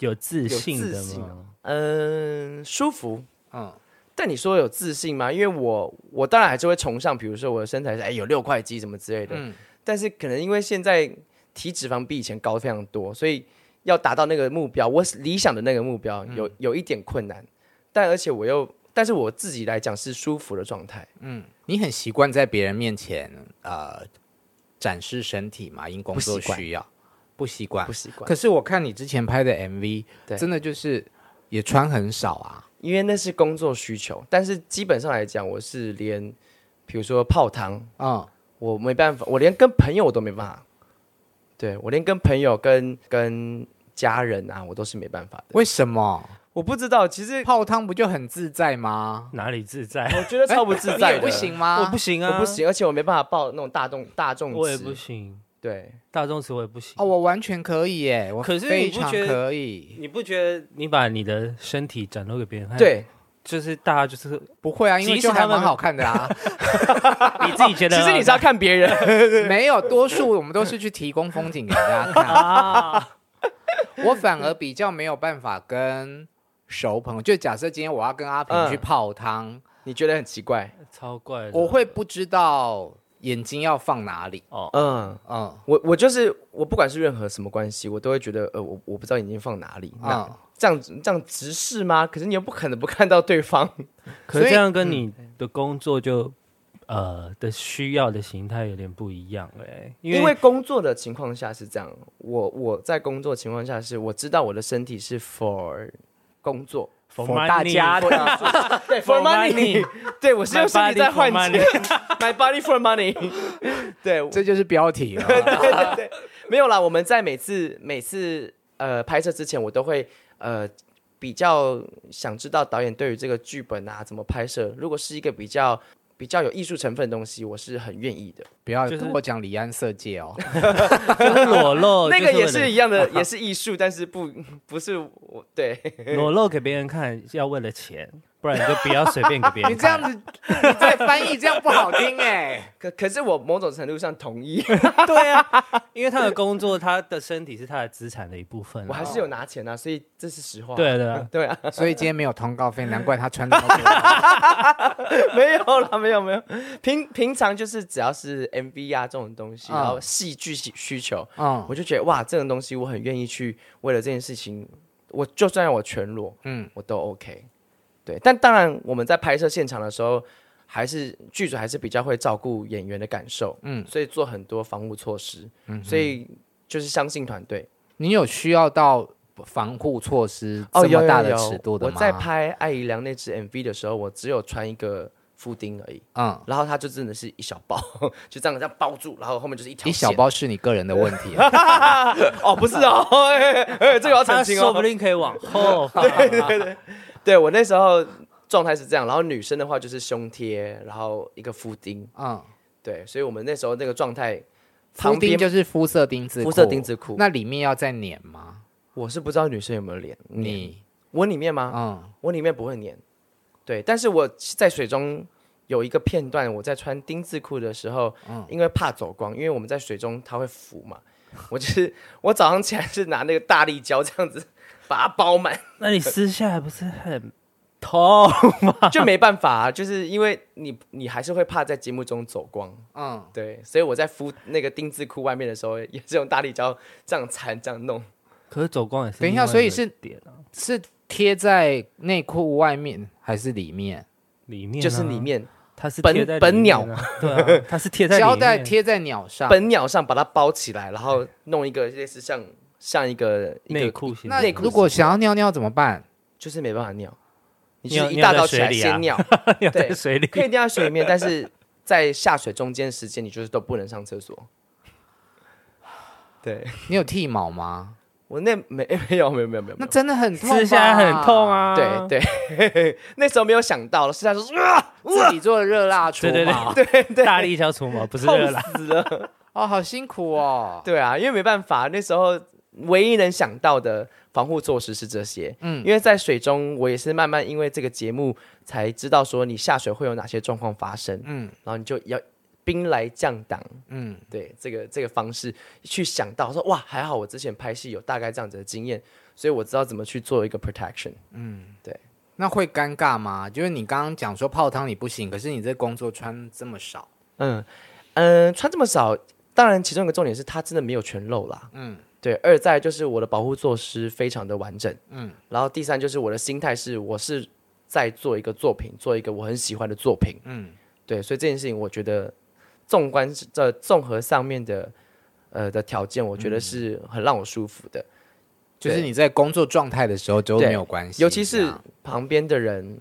S2: 有自信
S1: 有
S2: 的
S1: 自信
S2: 吗？
S1: 嗯，舒服。
S5: 嗯
S1: 但你说有自信吗？因为我我当然还是会崇尚，比如说我的身材是哎有六块肌什么之类的，
S5: 嗯
S1: 但是可能因为现在体脂肪比以前高非常多，所以要达到那个目标，我理想的那个目标
S5: 嗯
S1: 有、有一点困难。但而且我又，但是我自己来讲是舒服的状态。
S5: 嗯，你很习惯在别人面前呃展示身体嘛？因工作
S1: 不习惯
S5: 需要，不习惯
S1: 不。习惯
S5: 啊可，是我看你之前拍的 MV，
S1: 对
S5: 真的就是也穿很少啊。
S1: 因为那是工作需求。但是基本上来讲，我是连，比如说泡汤，
S5: 嗯，
S1: 我没办法，我连跟朋友我都没办法。对我连跟朋友、跟跟家人啊，我都是没办法的。
S5: 为什么
S1: 我不知道，其 实
S5: 泡汤不就很自在吗？
S2: 哪里自在？
S1: 我觉得超不自
S5: 哎你
S1: 在
S5: 也
S1: 的，
S5: 不行吗？
S2: 我不行啊，
S1: 我不，行，而且我没办法报那种大众大众，
S2: 我也不。行，
S1: 对，
S2: 大众词我也不行。
S5: 哦，我完全可以耶，我
S2: 可是
S5: 非
S2: 你不
S5: 常
S2: 觉得
S5: 可以。
S2: 你不觉得你把你的身体展露给别人看，，
S1: 哎对，啊
S2: 就是大家就是
S5: 不会啊，因为
S2: 即使
S5: 就还
S2: 他们
S5: 蛮好看的啊。
S2: 你自己觉 得，
S1: 其实你是要看别人，
S5: 没有，多数我们都是去提供风景给大家 看。我反而比较没有办法跟熟朋友，就假设今天我要跟阿平
S1: 嗯
S5: 去泡汤，
S1: 你觉得很奇怪，
S2: 超怪的，
S5: 我会不知道眼睛要放哪里。
S1: 嗯，
S5: 嗯
S1: 我我就是我不管是任何什么关系，我都会觉得呃，我我不知道眼睛放哪里，那、
S5: 嗯，
S1: 这样这样直视吗？可是你又不可能不看到对方，
S2: 可
S5: 所
S2: 是
S5: 以嗯
S2: 这样跟你的工作就、呃的需要的形态有点不一样哎、因
S1: 因
S2: 为
S1: 为工作的情况下是这样，我我在工作情况下是我知道我的身体是 for 工作
S2: for
S5: for 大
S2: money，
S5: 家
S2: for-
S1: 对
S2: For
S1: for money，
S2: money
S1: 对我是用
S2: My
S1: 身体在
S2: body for
S1: 换钱 ，my body for money，对， 我
S5: 这就是标题哦了。
S1: 没有啦，我们在每次每次呃拍摄之前，我都会呃比较想知道导演对于这个剧本啊怎么拍摄。如果是一个比较比较有艺术成分的东西，我是很愿意的。
S5: 不要
S2: 就是
S5: 跟我讲离安色戒哦。
S2: 就是裸露，
S1: 那个也
S2: 哦就是
S1: 一样 的，也是艺术，但是不不是我对
S2: 为了裸露给别人看，要为了钱，不然你就不要随便给 别 人看。
S5: 你这样子，你在翻译这样不好听 哎。
S1: 可可是我某种程度上同意，
S2: 对啊， 因为他的工作，他的身体是他的资产的一部分啊、
S1: 我还是有拿钱啊，所以这是实话。。
S2: 对的
S1: 对啊，
S5: 所以今天没有通告费，难怪他穿那么 多。
S1: 没有啦，没有没有，平平常就是只要是 MV 啊这种东西，
S5: 嗯
S1: 然后戏剧需需求，
S5: 嗯
S1: 我就觉得哇，这种东西我很愿意去为了这件事情，我就算让我全裸，
S5: 嗯
S1: 嗯，我都 OK。对，但当然我们在拍摄现场的时候，还是剧组还是比较会照顾演员的感受，
S5: 嗯
S1: 嗯，所以做很多防护措施，嗯，所以就是相信团队。
S5: 你有需要到防护措施
S1: 哦，
S5: 这么
S1: 有
S5: 大
S1: 有
S5: 的
S1: 有
S5: 尺度的
S1: 我
S5: 吗？
S1: 在拍艾姨良那支 MV 的时候，我只有穿一个腹钉而已，
S5: 嗯，
S1: 然后它就真的是一小包， 就这样这样包住，然后后面就是一条
S5: 一小
S1: 线。
S5: 包是你个人的问 题啊、
S1: 哦，不是哦，哎、哎哎这个要澄
S2: 他
S1: 清
S2: 说不
S1: 哦。
S2: 定可以往后 放。对对对，
S1: 对我那时候状态是这样，然后女生的话就是胸贴，然后一个腹钉，
S5: 嗯，
S1: 对，所以我们那时候那个状态，
S5: 肤
S1: 旁
S5: 钉
S1: 边
S5: 就是肤色丁字裤，
S1: 肤色丁字裤
S5: 那里面要再粘吗？
S1: 我是不知道女生有没有脸，粘
S5: 你，
S1: 我里面吗？
S5: 嗯，
S1: 我里面不会粘，对，但是我在水中有一个片段，我在穿丁字裤的时候，
S5: 嗯
S1: 因为怕走光，因为我们在水中它会浮嘛，我就是我早上起来是拿那个大力胶这样子把它包 满，
S2: 那你撕下来不是很痛？
S1: 就没办法、啊，就是因为你你还是会怕在节目中走光，
S5: 嗯，
S1: 对，所以我在敷那个丁字裤外面的时候，也是用大力胶这样缠这样弄，
S2: 可是走光也是
S5: 等一下
S2: 另外个
S5: 所以是
S2: 点啊，
S5: 是贴在内裤外面还是里面？
S2: 里面啊
S1: 就是里，面
S2: 它是
S1: 本
S2: 贴在里
S1: 本
S2: 面啊
S1: 鸟，
S2: 对啊，它是贴在里面
S5: 胶带贴在鸟上。
S1: 本鸟上把它包起来，然后弄一个类似像像一个一个
S2: 内裤型的。
S5: 那
S1: 内 裤
S5: 如果想要尿尿怎么办？
S1: 就是没办法尿，你
S2: 尿
S1: 就是一
S2: 尿
S1: 大
S2: 在
S1: 早起
S2: 水
S1: 来
S2: 里啊
S1: 先 尿，
S2: 要在
S1: 对
S2: 水里，
S1: 可以尿在水里面，但是在下水中间时间你就是都不能上厕所。对
S5: 你有剃毛吗？
S1: 我那没没有没有没有没有，
S5: 那真的很痛，
S2: 撕下来很痛！啊。
S1: 对对， 那时候没有想到，是他说啊，
S5: 自己做的热辣除
S2: 对对
S5: 毛，
S2: 对对对，大力消除毛不是热
S1: 痛
S2: 啦，
S1: 死了。
S5: 哦，好辛苦哦。
S1: 对啊，因为没办法，那时候唯一能想到的防护措施是这些。
S5: 嗯
S1: 嗯，因为在水中，我也是慢慢因为这个节目才知道说你下水会有哪些状况发生，
S5: 嗯
S1: 然后你就要兵来将挡，
S5: 嗯，
S1: 对这个这个方式去想到说哇，还好我之前拍戏有大概这样子的经验，所以我知道怎么去做一个 protection。
S5: 那会尴尬吗？就是你刚刚讲说泡汤你不行，可是你这工作穿这么少，
S1: 嗯嗯、呃穿这么少，当然其中一个重点是它真的没有全露啦。
S5: 嗯
S1: 嗯，对。二在就是我的保护措施非常的完整。
S5: 嗯
S1: 嗯，然后第三就是我的心态是我是在做一个作品，做一个我很喜欢的作品。
S5: 嗯，
S1: 对，所以这件事情我觉得纵观这综合上面的呃的条件，我觉得是很让我舒服的。
S5: 就是
S1: 对
S5: 你在工作状态的时候都
S1: 对
S5: 没有关系，
S1: 尤其
S5: 这
S1: 是
S5: 样
S1: 旁边的人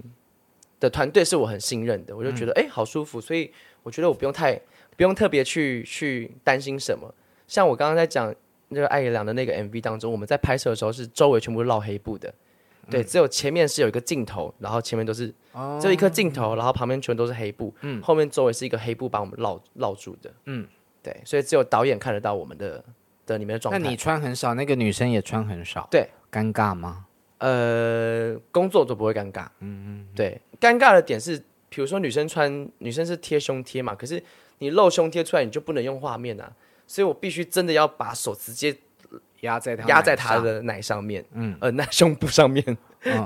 S1: 的团队是我很信任的，我就觉
S5: 嗯
S1: 得哎、诶好舒服，所以我觉得我不用太不用特别去去担心什么。像我刚刚在讲那个艾怡良的那个 MV 当中，我们在拍摄的时候是周围全部绕黑布的，
S5: 嗯
S1: 对，只有前面是有一个镜头，然后前面都是
S5: 哦
S1: 只有一颗镜头，然后旁边全都是黑布，后面周围是一个黑布把我们绕绕住的，
S5: 嗯
S1: 嗯，对，所以只有导演看得到我们的的里面的状
S5: 那
S1: 态。
S5: 你穿很少，那个女生也穿很少，
S1: 对，
S5: 尴尬吗？
S1: 呃，工作都不会尴尬。嗯嗯，对，尴尬的点是，比如说女生穿，女生是贴胸贴嘛，可是你露胸贴出来，你就不能用画面啊，所以我必须真的要把手直接
S5: 压在她
S1: 压在她
S5: 奶上，
S1: 的奶上面，嗯，呃，那胸部上面，
S5: 嗯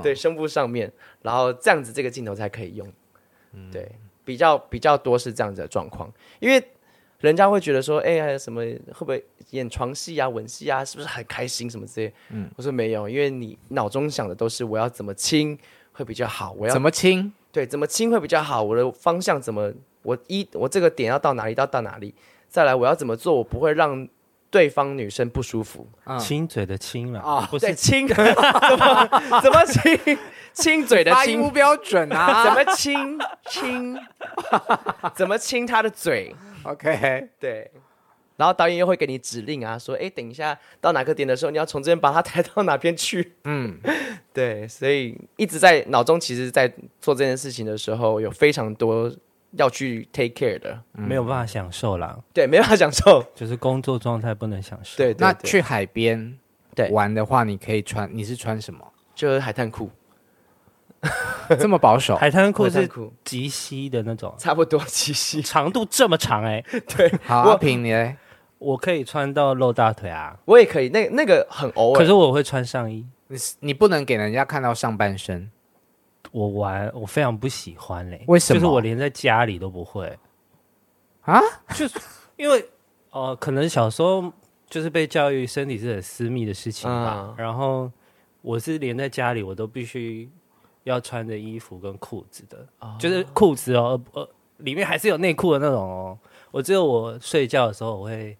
S1: 对，胸部上面，然后这样子这个镜头才可以用。对，比较比较多是这样子的状况，因为。人家会觉得说，哎、呀，什么会不会演床戏啊、吻戏啊，是不是很开心什么之类？嗯，我说没有，因为你脑中想的都是我要怎么亲会比较好，我要
S5: 怎么亲？
S1: 对怎么亲会比较好，我的方向怎么我一我这个点要到哪里到到哪里，再来我要怎么做，我不会让对方女生不舒服。
S5: 嗯
S2: 亲嘴的亲
S5: 哦
S2: 啦，不
S1: 啊对，
S2: 是
S1: 亲 怎么怎么亲亲嘴的
S5: 发音
S1: 亲
S5: 不，标准
S1: 怎
S5: 啊
S1: 么亲亲， 怎么亲他的嘴？
S5: ，OK，
S1: 对，然后导演又会给你指令啊，说，哎，等一下到哪个点的时候，你要从这边把它抬到哪边去。
S5: 嗯，
S1: 对，所以一直在脑中，其实，在做这件事情的时候，有非常多要去 take care 的。
S2: 没有办法享受啦，
S1: 对，没办法享受。
S2: 就是工作状态不能享受。
S1: 对，对
S5: 那
S1: 对
S5: 去海边
S1: 对
S5: 玩的话，你可以穿，你是穿什么？
S1: 就是海滩裤，
S5: 这么保 守？
S2: 海滩裤
S1: 海滩
S2: 是
S1: 裤
S2: 及膝的那种，
S1: 差不多七夕。
S2: 长度这么长哎、
S5: 好，阿平你嘞？
S2: 我可以穿到露大腿啊，
S1: 我也可以，那那个很偶
S2: 可
S1: 尔。
S2: 是我会穿上衣。
S5: 你是你不能给人家看到上半身，
S2: 我玩，我非常不喜欢嘞、
S5: 为什么
S2: 就是我连在家里都不会
S5: 啊，
S2: 就是因为哦、呃可能小时候就是被教育身体是很私密的事情
S1: 嗯。
S2: 吧然后我是连在家里我都必须要穿着衣服跟裤子的，就是裤子哦，呃，里面还是有内裤的那种哦。我只有我睡觉的时候，我会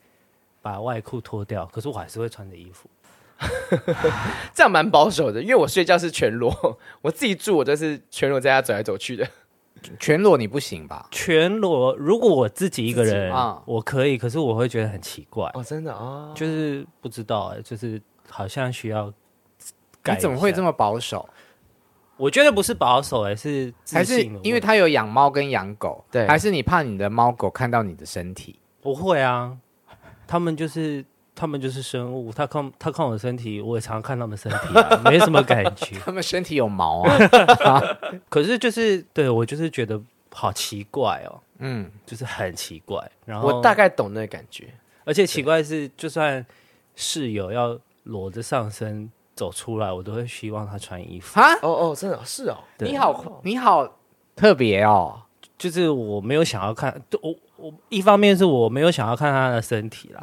S2: 把外裤脱掉，可是我还是会穿着衣服。
S1: 这样蛮保守的，因为我睡觉是全裸， 我自己住我都是全裸在家走来走去的。
S5: 全裸你不行吧？
S2: 全裸，如果我自己一个人，
S5: 啊
S2: 我可以，可是我会觉得很奇怪，
S1: 哦，真的哦，
S2: 就是不知道、哎，就是好像需要改。
S5: 你怎么会这
S2: 么？
S5: 么保守？
S2: 我觉得不是保守、哎，是自
S5: 还是
S2: 信的
S5: 因为
S2: 问题
S5: 他有养猫跟养狗？
S1: 对
S5: 还是你怕你的猫狗看到你的身体？
S2: 不会啊，他们就是他们就是生物，他看他看我的身体，我也常看他们身体、啊，没什么感 觉。
S5: 他们身体有毛啊？
S2: 可是就是对我就是觉得好奇怪哦，
S5: 嗯，
S2: 就是很奇怪。然后
S1: 我大，概懂那个感觉。
S2: 而且奇怪是，就算室友要裸着上身走出来，我都会希望他穿衣服。
S5: 哈，
S1: 哦哦，真的哦是哦，
S2: 对
S5: 你好，啊你好特别哦。
S2: 就是我没有想要看，对我我一方面是我没有想要看他的身体啦，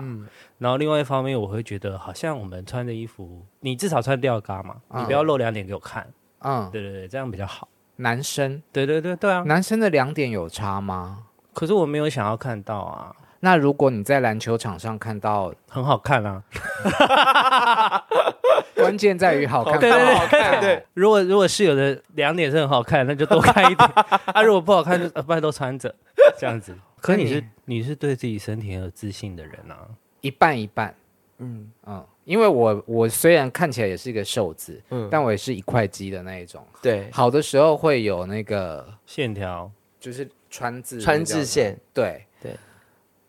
S2: 然后另外一方面我会觉得好像我们穿的衣服，你至少穿吊嘎嘛，你不要露两点给我看，
S5: 嗯，
S2: 对对对，这样比较好。
S5: 男生，
S2: 对对对对啊，
S5: 男生的两点有差吗？
S2: 可是我没有想要看到啊，
S5: 那如果你在篮球场上看到，
S2: 很好看啊。
S5: 关键在于好看 不
S2: 对对对
S5: 好看。
S1: 对，
S2: 如果如果室友的两点是很好看，那就多看一点啊。如果不好看就、呃、拜都穿着这样子。可你是你是对自己身体很有自信的人啊，
S5: 一半一半。
S1: 嗯
S5: 嗯，因为我我虽然看起来也是一个瘦子，
S1: 嗯，
S5: 但我也是一块肌的那一种。
S1: 对，
S5: 好的时候会有那个
S2: 线条
S5: 就是川字
S1: 穿制，线，
S5: 对
S1: 对。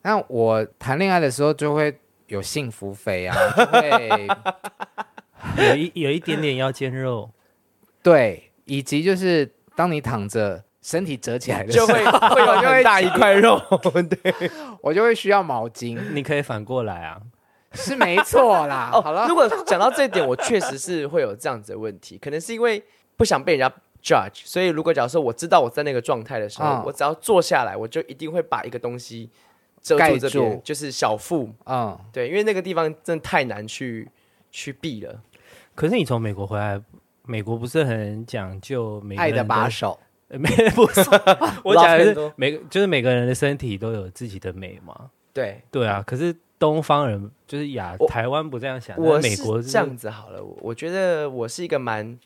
S5: 那我谈恋爱的时候就会有幸福 肥啊，就会
S2: 有一有一点点腰间肉，
S5: 对，以及就是当你躺着身体折起来的时
S1: 就
S5: 候，
S1: 会 会 有很大一块肉。对，
S5: 我就会需要毛巾，
S2: 你可以反过来啊。
S5: 是没错啦。
S1: 哦，
S5: 好了
S1: 如，果讲到这一点，我确实是会有这样子的问题，可能是因为不想被人家 judge，所以如果假如说我知道我在那个状态的时候，
S5: 嗯
S1: 我只要坐下来，我就一定会把一个东西遮
S5: 盖
S1: 住这边
S5: 住，
S1: 就是小腹。
S5: 嗯，
S1: 对，因为那个地方真的太难去去避了。
S2: 可是你从美国回来，美国不是很讲究每个
S5: 爱
S2: 人
S5: 的把
S2: 都
S5: 手，
S2: 呃没不 是，我讲
S1: Love
S2: 的
S1: handle
S2: 是每个就是每个人的身体都有自己的美嘛。
S1: 对，
S2: 对啊，可是东方人就是亚
S1: 我
S2: 台湾不这样想，
S1: 我
S2: 但美国
S1: 是这样子好了，我我觉得我是一个蛮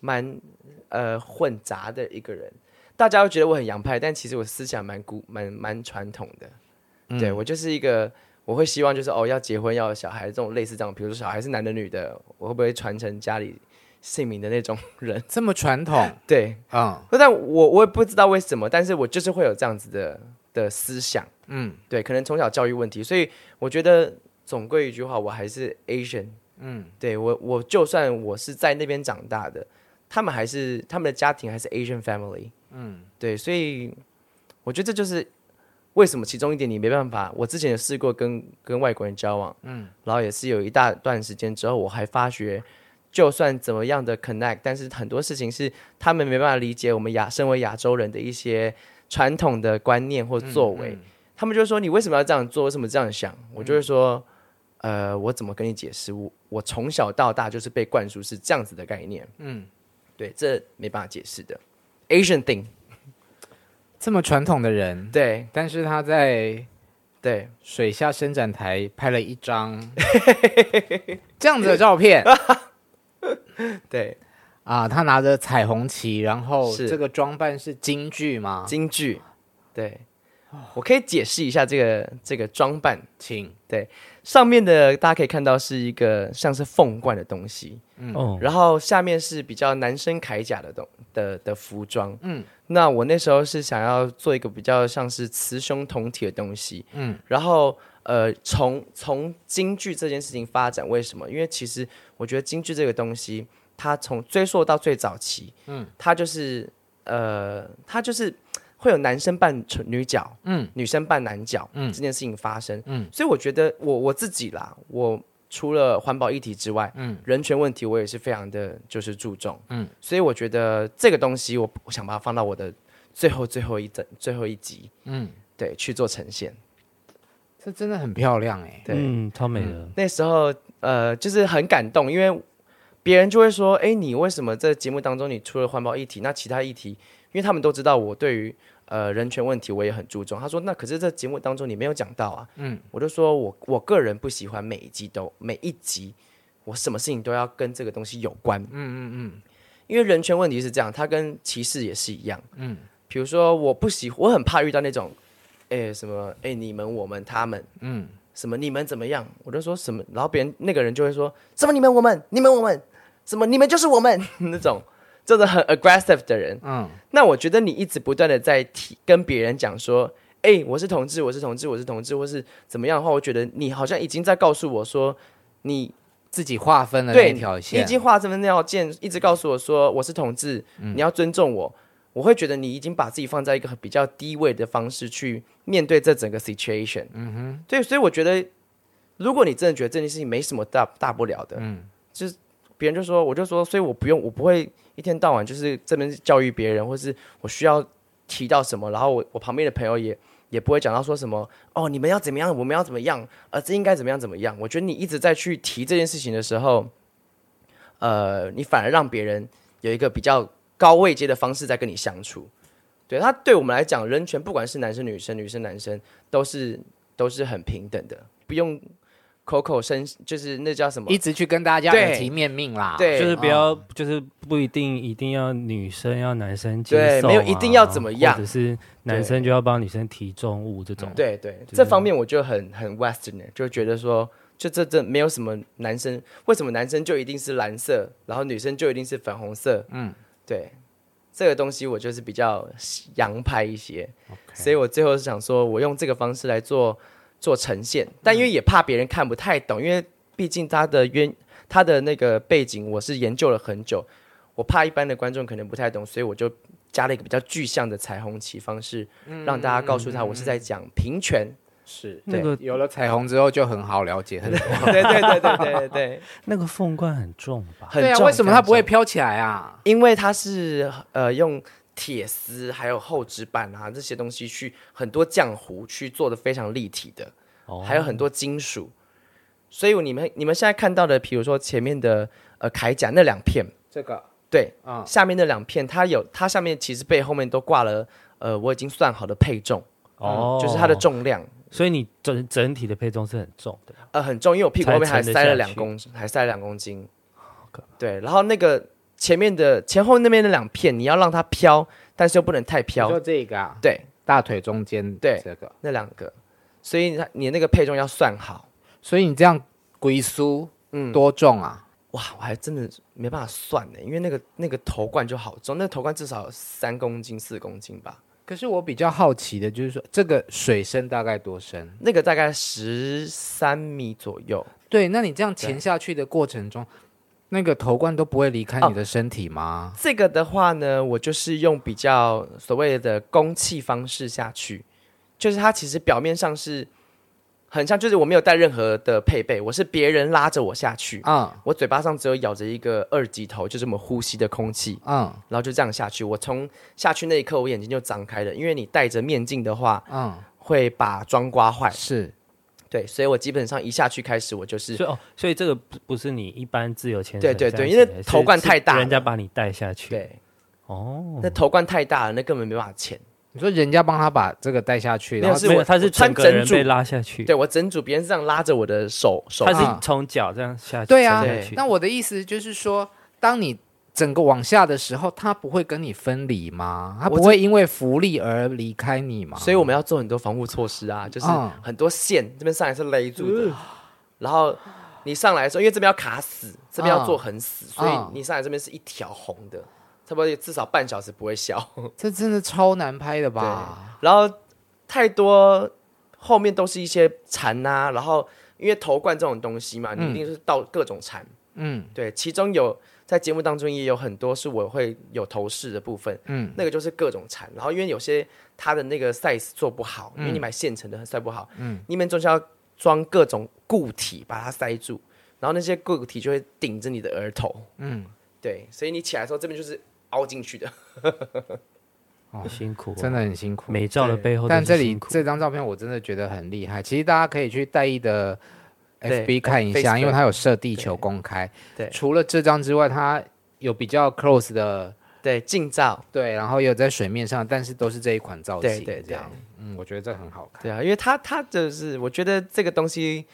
S1: 蛮呃混杂的一个人，大家会觉得我很洋派，但其实我思想蛮古蛮蛮传统的。对
S2: 嗯
S1: 我就是一个，我会希望就是哦要结婚要有小孩这种类似这样，比如说小孩是男的女的，我会不会传承家里姓名的那种人？
S5: 这么传统，
S1: 对，
S5: 嗯
S1: 但我我也不知道为什么，但是我就是会有这样子的的思想。
S5: 嗯，
S1: 对，可能从小教育问题，所以我觉得总归一句话，我还是 Asian。嗯，对我，我就算我是在那边长大的，他们还是他们的家庭还是 Asian family。嗯，对，所以我觉得这就是为什么其中一点你没办法。我之前也试过跟跟外国人交往，嗯，然后也是有一大段时间之后，我还发觉，就算怎么样的 connect，但是很多事情是他们没办法理解我们亚身为亚洲人的一些传统的观念或作为。他们就说你为什么要这样做？为什么这样想？我就会说，呃，我怎么跟你解释？我我从小到大就是被灌输是这样子的概念。嗯，对，这没办法解释的。Asian thing，
S5: 这么传统的人，
S1: 对
S5: 但是他在
S1: 对，
S5: 水下伸展台拍了一 张这样子的照片
S1: 对，
S5: 啊，他拿着彩虹旗，然后
S1: 是
S5: 这个装扮是京剧吗？
S1: 京剧，对，我可以解释一下这个这个装扮。
S5: 请
S1: 上面的大家可以看到是一个像是凤冠的东西，
S2: 哦，
S1: 然后下面是比较男生铠甲的东的的服装。嗯，那我那时候是想要做一个比较像是雌雄同体的东西。嗯，然后呃，从从京剧这件事情发展，为什么？因为其实我觉得京剧这个东西，它从追溯到最早期，嗯，它就是呃，它就是。会有男生扮女角，嗯，女生扮男角，嗯，这件事情发生，嗯，所以我觉得我我自己啦，我除了环保议题之外，嗯，人权问题我也是非常的就是注重，嗯，所以我觉得这个东西我我想把它放到我的最后最后一整最后一集，嗯，对，去做呈现。
S5: 这真的很漂亮哎、
S1: 对，
S2: 嗯，超美的。
S1: 那时候呃就是很感动，因为别人就会说，哎，你为什么在节目当中你除了环保议题，那其他议题，因为他们都知道我对于呃人权问题我也很注重。他说那可是这节目当中你没有讲到啊，
S5: 嗯
S1: 嗯，我就说我我个人不喜欢每一集都每一集我什么事情都要跟这个东西有关，
S5: 嗯嗯
S1: 因为人权问题是这样，它跟歧视也是一样。
S5: 嗯
S1: 嗯，比如说我不喜，我很怕遇到那种，哎什么哎你们我们他们
S5: 嗯嗯，
S1: 什么你们怎么样，我就说什么，然后别人那个人就会说什么你们我们你们我们什么你们就是我们 那种，这种很 aggressive 的人。
S5: 嗯，
S1: 那我觉得你一直不断的在提跟别人讲说，哎我是同志，我是同志，我是同志，或是怎么样的话，我觉得你好像已经在告诉我说你
S5: 自己划分了
S1: 对，
S5: 那条
S1: 你
S5: 线
S1: 已，经画这么那条线，一直告诉我说我是同志，
S5: 嗯
S1: 你要尊重我。我会觉得你已经把自己放在一个很比较低位的方式去面对这整个 situation。嗯哼，对，所以我觉得，如果你真的觉得这件事情没什么大大不了的，嗯，就是别人就说，我就说，所以我不用，我不会一天到晚就是这边教育别人，或是我需要提到什么，然后我我旁边的朋友也也不会讲到说什么哦，你们要怎么样，我们要怎么样，呃，这应该怎么样怎么样。我觉得你一直在去提这件事情的时候，呃，你反而让别人有一个比较高位阶的方式在跟你相处。对他对我们来讲，人权不管是男生女生、女生男生，都是都是很平等的，不用口口声就是那叫什么
S5: 一？直去跟大家
S1: 对
S5: 耳提面命啦。
S1: 对哦
S2: 就是不要，
S5: 嗯
S2: 就是不一定一定要女生要男生接受、
S1: 对
S2: 啊，
S1: 没有一定要怎么样嗯
S2: 或者是男生就要帮女生提重物这种。，
S1: 对对，这方面我就很很 Westerner，就觉得说，就这这没有什么男生，为什么男生就一定是蓝色，然后女生就一定是粉红色？
S5: 嗯
S1: 嗯，对，这个东西我就是比较洋派一些所以我最后是想说，我用这个方式来做做呈现，但因为也怕别人看不太懂，因为毕竟他的渊他的那个背景我是研究了很久，我怕一般的观众可能不太懂，所以我就加了一个比较具象的彩虹旗方式，让大家告诉他我是在讲平权。
S5: 是
S2: 那个
S5: 有了彩虹之后就很好了解很多。
S1: 对对对对对对对，
S2: 那个凤冠很重吧？
S1: 很
S5: 对啊，
S1: 重
S5: 为什么它不？会
S1: 很重
S5: 飘起来啊？
S1: 因为它是呃用铁丝还有厚纸板啊这些东西去很多浆糊去做的非常立体的。
S2: 哦
S1: 还有很多金属。所以你们你们现在看到的，比如说前面的呃铠甲那两片，
S5: 这个
S1: 对，
S5: 啊，
S1: 下面那两片它有它下面其实背后面都挂了呃我已经算好的配重，
S2: 哦，
S1: 嗯就是它的，重量
S2: 所以你整整体的配重是很重的。
S1: 呃很重，因为我屁股后面
S2: 才
S1: 还
S2: 沉得
S1: 塞了
S2: 下
S1: 两
S2: 去
S1: 公还塞了两公斤
S2: 可。
S1: 对，然后那个前面的前后那边那两片，你要让它飘，但是又不能太
S5: 你
S1: 飘
S5: 说。这个啊，
S1: 对，
S5: 大腿中间
S1: 对
S5: 这个，
S1: 那两个，所以它你那个配重要算好。
S5: 所以你这样龟苏
S1: 嗯，
S5: 多重啊？
S1: 哇，我还真的没办法算呢，因为那个那个头冠就好重，那个头冠至少三公斤、四公斤吧，
S5: 可是我比较好奇的就是说，这个水深大概多深？
S1: 那个大概十三米左右。
S5: 对，那你这样潜下去的过程中，那个头冠都不会离开你的身体吗？
S1: 这个的话呢，我就是用比较所谓的供气方式下去，就是它其实表面上是很像，就是我没有带任何的配备，我是别人拉着我下去，
S5: 嗯
S1: 我嘴巴上只有咬着一个二级头，就这么呼吸的空气。
S5: 嗯
S1: 然后就这样下去，我从下去那一刻，我眼睛就张开了，因为你戴着面镜的话，
S5: 嗯，
S1: 会把妆刮坏。
S5: 是
S1: 对，所以我基本上一下去开始，我就是
S2: 所以哦，所以这个不不是你一般自由潜
S1: 对
S2: 水
S1: 对
S2: 这
S1: 对
S2: 样
S1: 因为
S2: 子的
S1: 头冠太大
S2: 是
S1: 了
S2: 人家把你带下去。，
S1: 对，
S2: 哦，
S1: 那头冠太大了，那根本没办法潜。
S5: 你说人家帮他把这个带下去，
S1: 没
S5: 然
S1: 有
S5: 后
S1: 是
S2: 没有
S1: 我
S2: 他是
S1: 我穿
S2: 整个人
S1: 整组
S2: 被拉下去，
S1: 对我整组别人是这样拉着我的手手
S2: 他，
S5: 啊
S2: 是从脚这样下去。
S5: 对啊
S2: 撑下去
S5: 那我的意思就是说，当你整个往下的时候，它不会跟你分离吗？它
S1: 我
S5: 不会因为浮力而离开你吗？
S1: 所以我们要做很多防护措施啊，就是
S5: 嗯
S1: 很多线这边上来是勒住的，
S2: 啊
S1: 然后你上来的时候，因为这边要卡死，这边要
S2: 啊
S1: 做很死，所
S5: 嗯
S1: 以你上来这边是一条红的，差不多至少半小时不会消。
S5: 这真的超难拍的吧？
S1: 然后太多后面都是一些蝉啊，然后因为头冠这种东西嘛，你一定是到各种蝉。
S5: 嗯
S1: 对，其中有在节目当中也有很多是我会有头饰的部分，
S5: 嗯
S1: 那个就是各种缠。然后因为有些它的那个 size 做不好，因为你买现成的塞不好，嗯，你们就是要装各种固体把它塞住，然后那些固体就会顶着你的额头，
S5: 嗯，
S1: 对，所以你起来的时候这边就是凹进去的。
S2: 好辛苦哦，
S5: 真的很辛苦。
S2: 美照的
S1: 对
S2: 背后都
S5: 但
S2: 是
S5: 这里
S2: 辛苦，
S5: 这张照片我真的觉得很厉害，其实大家可以去戴毅的
S1: 对
S5: FB 看一下，
S1: Facebook
S5: 因为它有设地球公开。
S1: 对
S5: 除了这张之外，它有比较 close 的
S1: 对，近照，
S5: 对，然后也有在水面上，但是都是这一款造型，
S1: 对对对
S5: 这样，嗯，我觉得这很好看，
S1: 对啊，因为他他就是我觉得这个东西，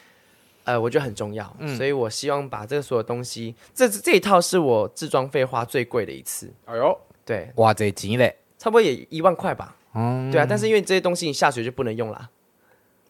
S1: 呃，我觉得很重要，
S2: 嗯
S1: 所以我希望把这个所有东西，这这一套是我制装费花最贵的一次，
S5: 哎呦，
S1: 对，
S5: 哇，这集嘞，
S1: 差不多也一万块吧，对啊，但是因为这些东西你下水就不能用啦，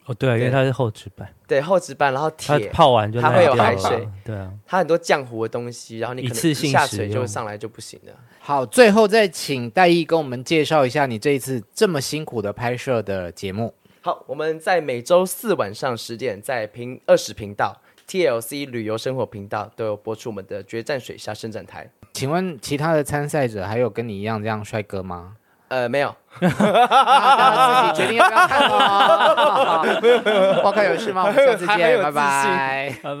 S2: 哦，对啊，因为它是厚纸板，
S1: 对，厚纸板，然后
S2: 它
S1: 铁，
S2: 泡完就
S1: 它
S2: 烂
S1: 会有
S2: 掉
S1: 海
S2: 了
S1: 水，
S2: 对啊，
S1: 它很多浆糊的东西，然后你可
S2: 一
S1: 能
S2: 次
S1: 一
S2: 性
S1: 下
S2: 使
S1: 水就
S2: 用
S1: 上来就不行了。
S5: 好，最后再请戴毅跟我们介绍一下你这一次这么辛苦的拍摄的节目。
S1: 好，我们在每周四晚上十点，在频二十频道 TLC 旅游生活频道都有播出我们的《决战水下伸展台》。
S5: 请问其他的参赛者还有跟你一样这样帅哥吗？
S1: 呃，没有，啊
S5: 大家自己决定要不要看 哦。报告有事吗？我们下次
S1: 还还有
S5: 见，
S1: 自
S5: 拜
S1: 信
S5: 拜。
S2: 拜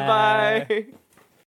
S1: 拜拜。